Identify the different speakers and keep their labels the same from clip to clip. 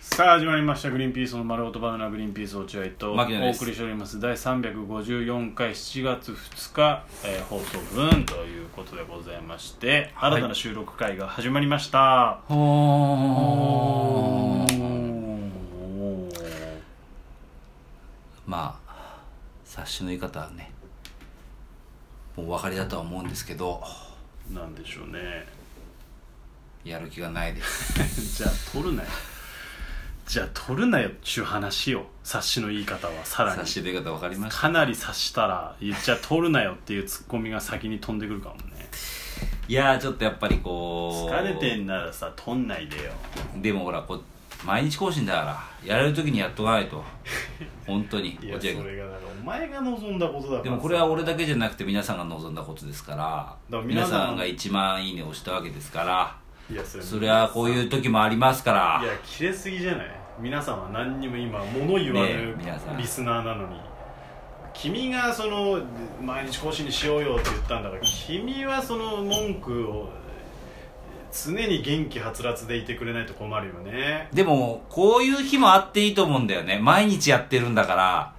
Speaker 1: さあ始まりました「グリーンピースの丸ごとバナナグリーンピース落合」とお
Speaker 2: 牧野です
Speaker 1: 送りしております第354回7月2日、えー放送分ということでございまして
Speaker 2: い
Speaker 1: 新たな収録会が始まりました、
Speaker 2: ほ
Speaker 1: おー
Speaker 2: まあ察しの言い方はねもうお分かりだとは思うんですけど
Speaker 1: なんでしょうね
Speaker 2: やる気がないです
Speaker 1: じゃあ撮るなよじゃあ撮るなよっちゅう話よ察しの言い方はさらに
Speaker 2: 察しの言い方分かりました
Speaker 1: かなり察したらいやじゃあ撮るなよっていうツッコミが先に飛んでくるかもね
Speaker 2: いやーちょっとやっぱりこう
Speaker 1: 疲れてんならさ撮んないでよ
Speaker 2: でもほらこう毎日更新だからやれる時にやっとかな いと本当に
Speaker 1: い
Speaker 2: 落合
Speaker 1: やそ
Speaker 2: 君
Speaker 1: れがだからお前が望んだことだから
Speaker 2: でもこれは俺だけじゃなくて皆さんが望んだことですから
Speaker 1: ら皆
Speaker 2: 皆
Speaker 1: さん
Speaker 2: さんが1万いいねを押したわけですから
Speaker 1: いやそれ
Speaker 2: それはこういう時もありますから
Speaker 1: いや切れすぎじゃない皆さんは何にも今物言わ
Speaker 2: ね
Speaker 1: ぬ
Speaker 2: え皆さん
Speaker 1: リスナーなのに、君がその毎日更新にしようよって言ったんだから君はその文句を常に元気はつらつでいてくれないと困るよね
Speaker 2: でも、こういう日もあっていいと思うんだよね。毎日やってるんだから、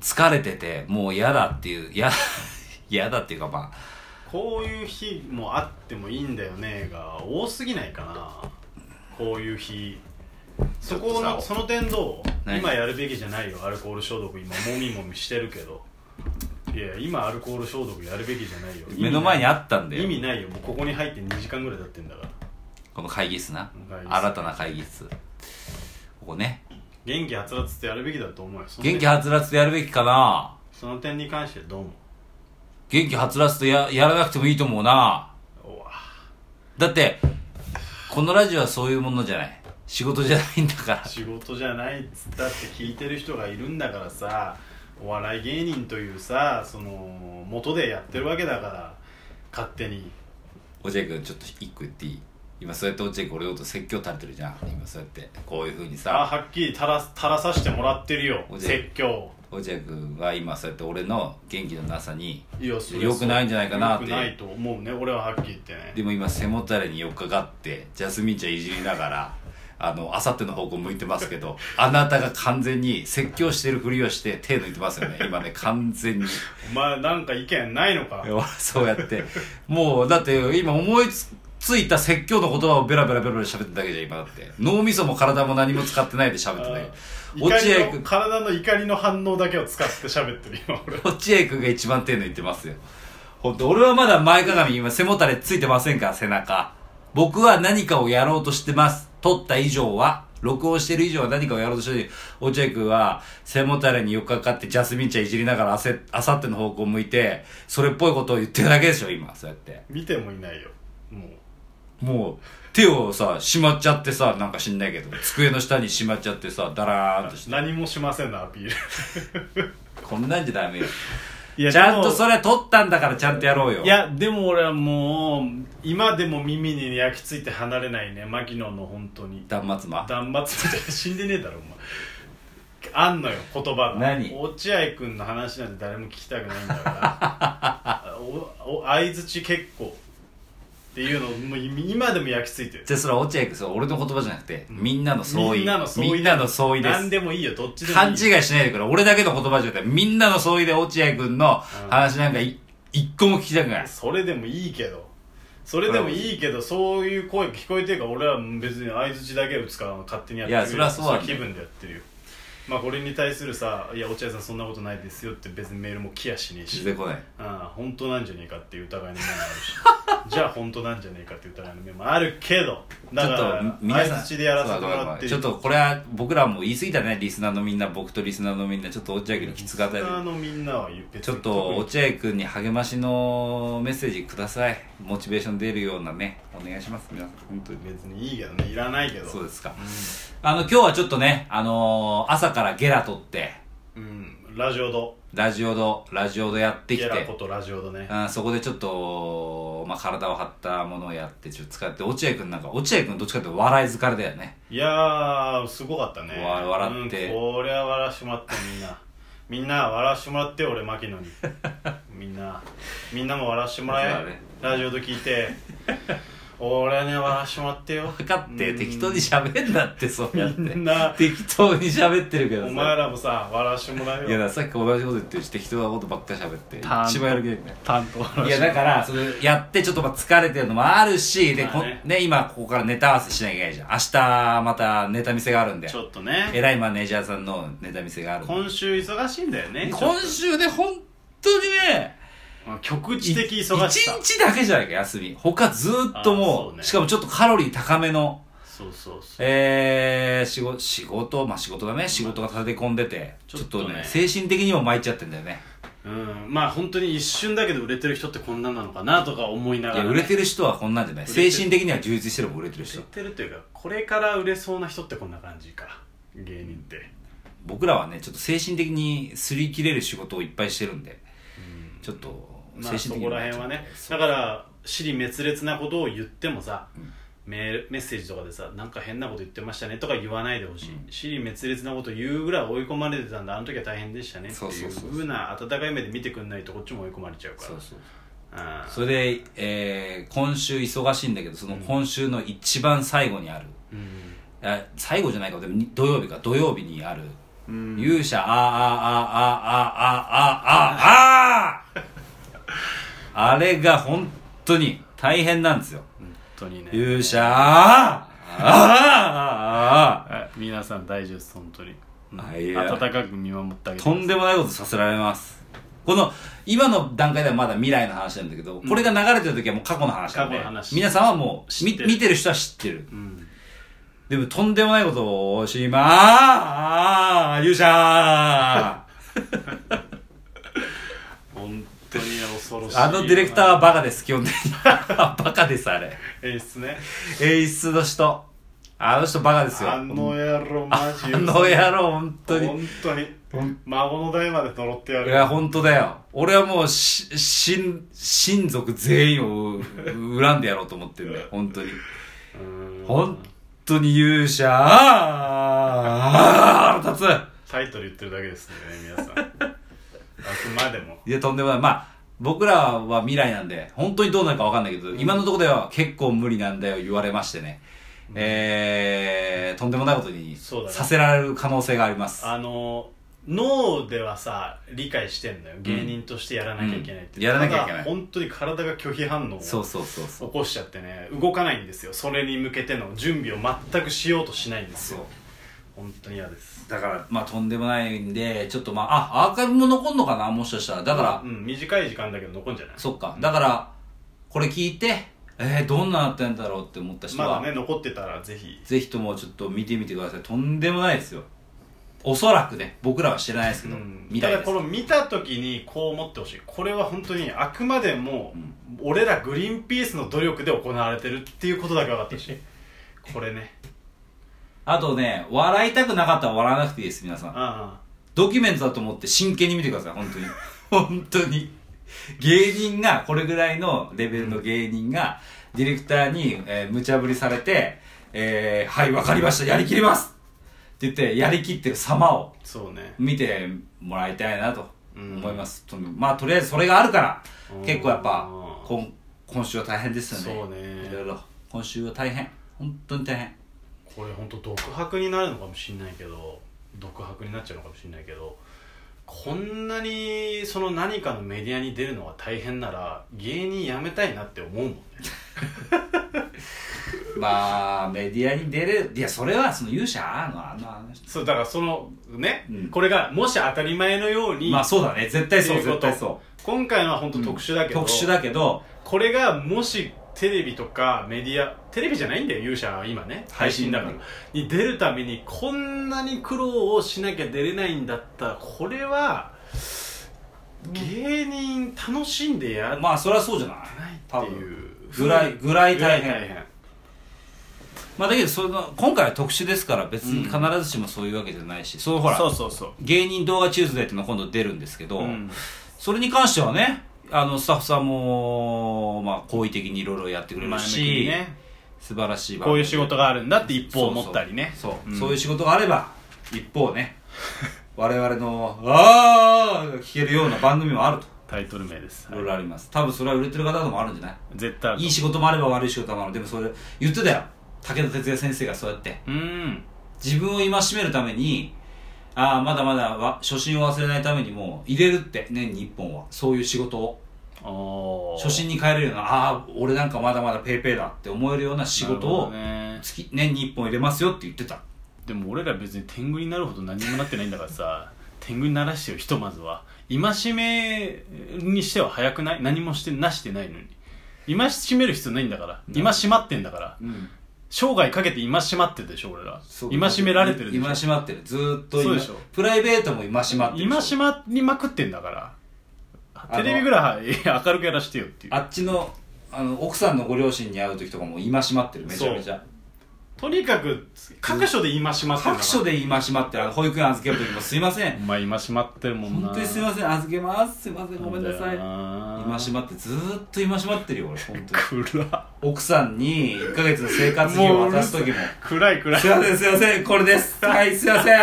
Speaker 2: 疲れてて、もう嫌だっていう、 や、嫌だっていうかまあ、
Speaker 1: こういう日もあってもいいんだよねが多すぎないかなこういう日そこ
Speaker 2: ちょっ
Speaker 1: の
Speaker 2: とさ
Speaker 1: その点どう
Speaker 2: 何
Speaker 1: 今やるべきじゃないよアルコール消毒今もみもみしてるけどいや今アルコール消毒やるべきじゃないよ
Speaker 2: 目の前にあったんだ
Speaker 1: 意
Speaker 2: よ。
Speaker 1: 味ないよもうここに入って2時間ぐらい経ってんだから
Speaker 2: この会議室な
Speaker 1: 会議。室
Speaker 2: 新たな会議室。ここね。
Speaker 1: 元気はつらつってやるべきだと思うよその点
Speaker 2: 元気はつらつでやるべきかな
Speaker 1: その点に関してどうも
Speaker 2: 元気はつらつでややらなくてもいいと思うな。
Speaker 1: おわ
Speaker 2: だって、このラジオはそういうものじゃない。仕事じゃないんだから。
Speaker 1: 仕事じゃないっつったって聞いてる人がいるんだからさお笑い芸人というさその元でやってるわけだから勝手に
Speaker 2: 落合君、ちょっと一個言っていい今そうやって落合君俺のこと説教垂れてるじゃん。今そうやって、こういう風にさ。
Speaker 1: あはっきり垂ら垂らさせてもらってるよ
Speaker 2: おじ
Speaker 1: 説教
Speaker 2: 落合君は今そうやって俺の元気のなさに
Speaker 1: いやそれ
Speaker 2: 良くないんじゃないかなって
Speaker 1: 良くないと思うね俺ははっきり言ってね
Speaker 2: でも今背もたれに寄っかかってジャスミン茶いじりながらあのあさっての方向向いてますけどあなたが完全に説教してるふりをして手抜いてますよね今ね完全に
Speaker 1: お前なんか意見ないのか
Speaker 2: そうやってもうだって今思いつついた説教の言葉をベラベラベラベラ喋ってるだけじゃん今だって脳みそも体も何も使ってないで喋ってない
Speaker 1: 怒
Speaker 2: 落合
Speaker 1: りの
Speaker 2: 君
Speaker 1: 体の怒りの反応だけを使って喋ってる今俺
Speaker 2: 落合君が一番手抜いてますよ。本当俺はまだ前かがみ、今背もたれついてませんから、背中。僕は何かをやろうとしてます。撮った以上は、録音してる以上は何かをやろうとしてる。落合君は、背もたれに寄っかかってジャスミン茶いじりながらあせ、あさっての方向を向いて、それっぽいことを言ってるだけでしょ、今、そうやって。
Speaker 1: 見てもいないよもう
Speaker 2: もう、手をさ、しまっちゃってさ、なんか知んないけど、机の下にしまっちゃってさ、だらーんとして。
Speaker 1: 何もしませんなア ピール
Speaker 2: こんなんじゃダメよ。
Speaker 1: いや
Speaker 2: ちゃん
Speaker 1: で
Speaker 2: と
Speaker 1: も
Speaker 2: それ撮ったんだからちゃんとやろうよ。
Speaker 1: いやでも俺はもう今でも耳に焼き付いて離れないね牧野の本当に
Speaker 2: 断末魔。
Speaker 1: 断末みたいな死んでねえだろお前あんのよ言葉が
Speaker 2: 何
Speaker 1: 落合君の話なんて誰も聞きたくないんだから おお相づち結構っていうのもう今でも焼き付いてる
Speaker 2: じゃあそれは落合君それ俺の言葉じゃなくて、みんなの相違
Speaker 1: みんなの相違
Speaker 2: みんなの相違で
Speaker 1: 何
Speaker 2: す
Speaker 1: でもいいよどっちでもいい
Speaker 2: 勘違いしないでくれ俺だけの言葉じゃなくてみんなの相違で落合君の話なんかい一個も聞きたくな い
Speaker 1: それでもいいけどそれでもいいけど、そういう声聞こえてるから俺は別に相づちだけ打つから勝手にやってるよ
Speaker 2: いやそれはそうなんだよ
Speaker 1: 気分でやってるよまあこれに対するさ「いや落合さんそんなことないですよ」って別にメールも来やしねえ
Speaker 2: 出
Speaker 1: して
Speaker 2: こない
Speaker 1: ああ本当なんじゃねえかっていう疑いの面もあ るしじゃあ本当なんじゃねえかっていう疑いの面もあるけどだから相づちでやらせてもらって
Speaker 2: ちょっとこれは僕らも言い過ぎたねリスナーのみんな僕とリスナーのみんなちょっと落合君にきつかった
Speaker 1: リ
Speaker 2: よ
Speaker 1: スナーのみんなは別に
Speaker 2: ちょっと
Speaker 1: 特に
Speaker 2: 落合君に励ましのメッセージくださいモチベーション出るようなねお願いします皆さん本当に
Speaker 1: 別にいいけどねいらないけど
Speaker 2: そうですか、あの今日はちょっとねあのー朝からゲラ撮って
Speaker 1: うんラジオド
Speaker 2: ラジオド、ラジオドやってき
Speaker 1: ゲラこ
Speaker 2: て、
Speaker 1: とラジオドね
Speaker 2: あーそこでちょっと、まあ、体を張ったものをやって、ちょっと使って、落合くんなんか、落合くんどっちかっていうと笑い疲れだよね。
Speaker 1: いやーすごかったね
Speaker 2: わ笑って
Speaker 1: うんこりゃ笑わしてもらってみん なみんな笑わしてもらって俺牧野にみんなみんなも笑わしてもら
Speaker 2: そうだ
Speaker 1: え、
Speaker 2: ね
Speaker 1: ラジオで聞いて俺ね笑わしてもらってよ
Speaker 2: 分かって
Speaker 1: うん
Speaker 2: 適当に喋んなってそうやって
Speaker 1: み んな
Speaker 2: 適当に喋ってるけど
Speaker 1: お
Speaker 2: さ
Speaker 1: 前らもさ笑わしてもらえよ
Speaker 2: いやだからさっき同じこと言ってるし適当なことばっかり喋って
Speaker 1: たーん
Speaker 2: 一番やる気ないね
Speaker 1: 担当
Speaker 2: いやだからそれやってちょっとまあ疲れてるのもあるしで
Speaker 1: まあ
Speaker 2: こ
Speaker 1: ね
Speaker 2: ね今ここからネタ合わせしなきゃいけないじゃん明日またネタ見せがあるんで
Speaker 1: ちょっとね
Speaker 2: 偉いマネージャーさんのネタ見せがあるんで
Speaker 1: 今週忙しいんだよね
Speaker 2: 今週ね本当にね
Speaker 1: まあ局
Speaker 2: 一
Speaker 1: 地的忙しさ
Speaker 2: 日だけじゃないか休み他ずーっと
Speaker 1: あー
Speaker 2: も
Speaker 1: そううね
Speaker 2: しかもちょっとカロリー高めの
Speaker 1: そうそうそう
Speaker 2: えー、仕事仕事まあ仕事だね仕事が立て込んでてち
Speaker 1: ち
Speaker 2: ょ
Speaker 1: ょ
Speaker 2: っ
Speaker 1: っ
Speaker 2: と
Speaker 1: と
Speaker 2: ね
Speaker 1: ね
Speaker 2: 精神的にも参っちゃってんだよね
Speaker 1: うんまあ本当に一瞬だけど売れてる人ってこんなんなのかなとか思いないがら
Speaker 2: や
Speaker 1: ね、
Speaker 2: 売れてる人はこんなんじゃない
Speaker 1: 売れて
Speaker 2: 精
Speaker 1: る
Speaker 2: 神的には充実してるも売れてる
Speaker 1: 知
Speaker 2: 人
Speaker 1: ってるというかこれから売れそうな人ってこんな感じか芸人って
Speaker 2: 僕らはねちょっと精神的に擦り切れる仕事をいっぱいしてるんでちょっと
Speaker 1: ま
Speaker 2: 精
Speaker 1: あ
Speaker 2: 神的
Speaker 1: そ
Speaker 2: に
Speaker 1: こら辺はね
Speaker 2: そう
Speaker 1: だから尻滅裂なことを言ってもさ、
Speaker 2: うん
Speaker 1: メールメッセージとかでさなんか変なこと言ってましたねとか言わないでほしい尻、滅裂なこと言うぐらい追い込まれてたんだあの時は大変でしたねって
Speaker 2: そうそ
Speaker 1: いうう
Speaker 2: そうそう
Speaker 1: ふうな温かい目で見てくんないとこっちも追い込まれちゃうから
Speaker 2: そうそう
Speaker 1: あ
Speaker 2: それで、えー今週忙しいんだけどその今週の一番最後にある、
Speaker 1: ー
Speaker 2: あ最後じゃないかでもに土曜日か土曜日にある
Speaker 1: うん、うん、
Speaker 2: 勇者ああああああああ ああああれが本当に大変なんですよ
Speaker 1: 本当にね
Speaker 2: 勇者ああああ
Speaker 1: はい皆さん大丈夫です本当に、うん
Speaker 2: はいいや
Speaker 1: 温かく見守ってあげて
Speaker 2: とんでもないことさせられますこの今の段階ではまだ未来の話なんだけど、これが流れてる時はもう過去の話なんで
Speaker 1: 過去の話
Speaker 2: 皆さんはもうみ
Speaker 1: 知ってる
Speaker 2: 見てる人は知ってる
Speaker 1: うん
Speaker 2: でもとんでもないことをしま ーあー勇者
Speaker 1: 本当に恐ろしい
Speaker 2: あのディレクターはバカです、基本的に。 バカです、あれ。
Speaker 1: 演出ね
Speaker 2: 演出の人。あの人バカですよ。
Speaker 1: あ
Speaker 2: あ
Speaker 1: の
Speaker 2: の
Speaker 1: 野郎マジ
Speaker 2: 野郎、本当に。
Speaker 1: 本当に孫の代まで呪ってや
Speaker 2: い
Speaker 1: る
Speaker 2: や、本当だよ。俺はもう、し、親、親族全員をう恨んでやろうと思ってるんだよ、本当に。
Speaker 1: うーん
Speaker 2: 本当に勇者、あーあー、腹立
Speaker 1: タイトル言ってるだけですね皆さんあくまでも
Speaker 2: つ。いや、とんでもない。まあ、僕らは未来なんで、本当にどうなるかわかんないけど、今のところでは結構無理なんだよ、言われましてね。えー、とんでもないことに
Speaker 1: そうだね
Speaker 2: させられる可能性があります。
Speaker 1: あの脳ではさ理解してんのよ芸人としてやらなきゃいけないって、
Speaker 2: うんやらなきゃいけない
Speaker 1: ただ本当に体が拒否反応を
Speaker 2: そうそうそうそう。
Speaker 1: 起こしちゃってね動かないんですよそれに向けての準備を全くしようとしないんです
Speaker 2: そう
Speaker 1: よ本当に嫌です
Speaker 2: だから、まあ、とんでもないんで、ちょっとまあ、あ、アーカイブも残んのかな、もしかしたら。だから、
Speaker 1: うん、短い時間だけど残んじゃない
Speaker 2: そっか。だから、これ聞いて、えー、どんなのあったんだろうって思った人
Speaker 1: ま
Speaker 2: は、
Speaker 1: だね残ってたらぜひ
Speaker 2: ぜひともちょっと見てみてください。とんでもないですよ。おそらくね、僕らは知らないですけど、
Speaker 1: うん、
Speaker 2: 未
Speaker 1: た
Speaker 2: 来
Speaker 1: だ
Speaker 2: です
Speaker 1: こ。の見た時にこう思ってほしいこれは本当にあくまでも俺らグリーンピースの努力で行われてるっていうことだけ分かってほしいこれ ね
Speaker 2: あとね、笑いたくなかったら笑わなくていいです、皆さん。
Speaker 1: あ
Speaker 2: ドキュメントだと思って真剣に見てください、本当に。 本当に。芸人が、これぐらいのレベルの芸人が、ディレクターに、えー無茶ぶりされて、えーはい、わかりました、やりきりますって言って、やりきってる様を
Speaker 1: あそうね
Speaker 2: 見てもらいたいなと
Speaker 1: うん
Speaker 2: 思います。とまあ、とりあえずそれがあるから
Speaker 1: うん、
Speaker 2: 結構やっぱ、こん今週は大変ですよね。
Speaker 1: そうね
Speaker 2: いろいろ。今週は大変。本当に大変。
Speaker 1: これ本当独白になるのかもしれないけど独白になっちゃうのかもしれないけどこんなにその何かのメディアに出るのが大変なら芸人やめたいなって思うもんね
Speaker 2: まあ、メディアに出れる。いや、それはその勇者の、あの、あの人。
Speaker 1: そうだからそのね、
Speaker 2: うん
Speaker 1: これがもし当たり前のように、
Speaker 2: まあそうだね。絶対そう、
Speaker 1: っていう
Speaker 2: 絶
Speaker 1: こと
Speaker 2: 対そ
Speaker 1: 今回のは本当
Speaker 2: う。
Speaker 1: 特殊だけど、
Speaker 2: 特殊だけど、
Speaker 1: これがもしテレビとかメディアテレビじゃないんだよ勇者は今ね配信だから
Speaker 2: 配
Speaker 1: に出るためにこんなに苦労をしなきゃ出れないんだったらこれは芸人楽しんでやらな
Speaker 2: まあそれはそうじゃない
Speaker 1: い
Speaker 2: 多
Speaker 1: ってい
Speaker 2: 分。
Speaker 1: う
Speaker 2: ぐらい、ぐらい
Speaker 1: ぐら
Speaker 2: 大
Speaker 1: い大
Speaker 2: 変。
Speaker 1: 変
Speaker 2: まあだけど、その、今回は特殊ですから別に必ずしもそういうわけじゃないし、そのほら、
Speaker 1: そうそうそう
Speaker 2: 芸人動画チューズデーっていうのが今度出るんですけど、
Speaker 1: うん
Speaker 2: それに関してはね、あの、スタッフさんも、まあ、好意的にいろいろやってくれる
Speaker 1: 前向き
Speaker 2: し、
Speaker 1: にね
Speaker 2: 素晴らしい番組
Speaker 1: こういう仕事があるんだって一方思ったりね
Speaker 2: そうそう,そう、
Speaker 1: ん
Speaker 2: そういう仕事があれば 一方ね我々の「ああ!」が聞けるような番組もあると
Speaker 1: タイトル名です、
Speaker 2: い
Speaker 1: はい
Speaker 2: ろいろあります多分それは売れてる方ともあるんじゃない
Speaker 1: 絶対ある
Speaker 2: いい仕事もあれば悪い仕事もあるでもそれ言ってたよ武田鉄矢先生がそうやって
Speaker 1: うーん
Speaker 2: 自分を戒めるためにああまだまだわ初心を忘れないためにも入れるって年に1本はそういう仕事を
Speaker 1: おー
Speaker 2: 初心に帰れるようなああ俺なんかまだまだペーペーだって思えるような仕事を
Speaker 1: なるほどね
Speaker 2: 月年に1本入れますよって言ってた
Speaker 1: でも俺ら別に天狗になるほど何もなってないんだからさ 天狗にならしてよひとまずは戒めにしては早くない何もしてなしてないのに戒める必要ないんだから戒まってんだから
Speaker 2: うん
Speaker 1: 生涯かけて戒まってるでしょ俺ら戒められてるでしょ
Speaker 2: 今しまってるずーっ
Speaker 1: そ
Speaker 2: と
Speaker 1: う
Speaker 2: 今
Speaker 1: でしょ
Speaker 2: プライベートも今しまってる
Speaker 1: 今しまりまくってんだから
Speaker 2: の
Speaker 1: テレビぐらい明るくやらしてよっていう
Speaker 2: あっちのあの奥さんのご両親に会う時とかも今しまってるめちゃめちゃ
Speaker 1: とにかく各所で戒まってんだから
Speaker 2: 各所で今しまってるあの保育園預ける時もすいません
Speaker 1: お前戒まってるもんな
Speaker 2: 本当にすいません預けますすいませんごめんなさい今
Speaker 1: 今
Speaker 2: しまってずーっと今しまってるよ俺本当に
Speaker 1: 暗っ
Speaker 2: 奥さんに1ヶ月の生活費を渡す時も
Speaker 1: 暗い暗い
Speaker 2: すいませんすいませんこれですはいすいません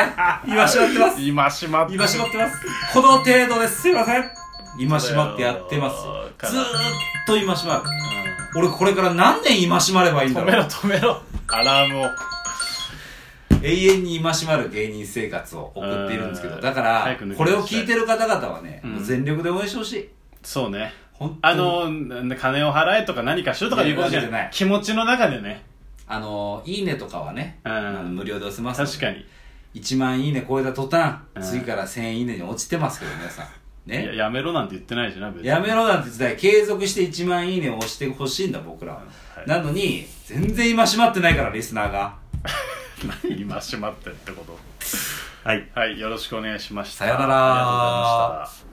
Speaker 2: 今しまってます
Speaker 1: 今しまって
Speaker 2: 今しまってますこの程度ですすいません今しまってやってますずーっと今しまる俺これから何年今しまればいいんだ
Speaker 1: 止めろ
Speaker 2: ろう
Speaker 1: 止めろアラームを
Speaker 2: 永遠に今しまる芸人生活を送っているんですけ
Speaker 1: う
Speaker 2: ど
Speaker 1: ん
Speaker 2: だか
Speaker 1: 早
Speaker 2: ら
Speaker 1: く抜け出した
Speaker 2: こ
Speaker 1: い
Speaker 2: れを聞いてる方々はね
Speaker 1: うん
Speaker 2: もう全力で応援してほしい
Speaker 1: そうね
Speaker 2: 本当
Speaker 1: あ
Speaker 2: に
Speaker 1: のなんだ金を払えとか何かしろとかいうことじゃ
Speaker 2: いやわ
Speaker 1: ない
Speaker 2: け
Speaker 1: 気持ちの中でね
Speaker 2: あのいいねとかはね
Speaker 1: うん
Speaker 2: あの無料で押せますので
Speaker 1: 確かに
Speaker 2: 1万いいね超えた途端
Speaker 1: うん
Speaker 2: 次から1000いいねに落ちてますけど皆さん
Speaker 1: いや
Speaker 2: ね
Speaker 1: やめろなんて言ってないしな別に
Speaker 2: やめろなんて時代継続して1万いいねを押してほしいんだ僕らは
Speaker 1: はい
Speaker 2: なのに全然今しまってないからリスナーが
Speaker 1: 何今しまってってこと
Speaker 2: はい
Speaker 1: はいよろしくお願いしました
Speaker 2: さよなら
Speaker 1: ありがとうございました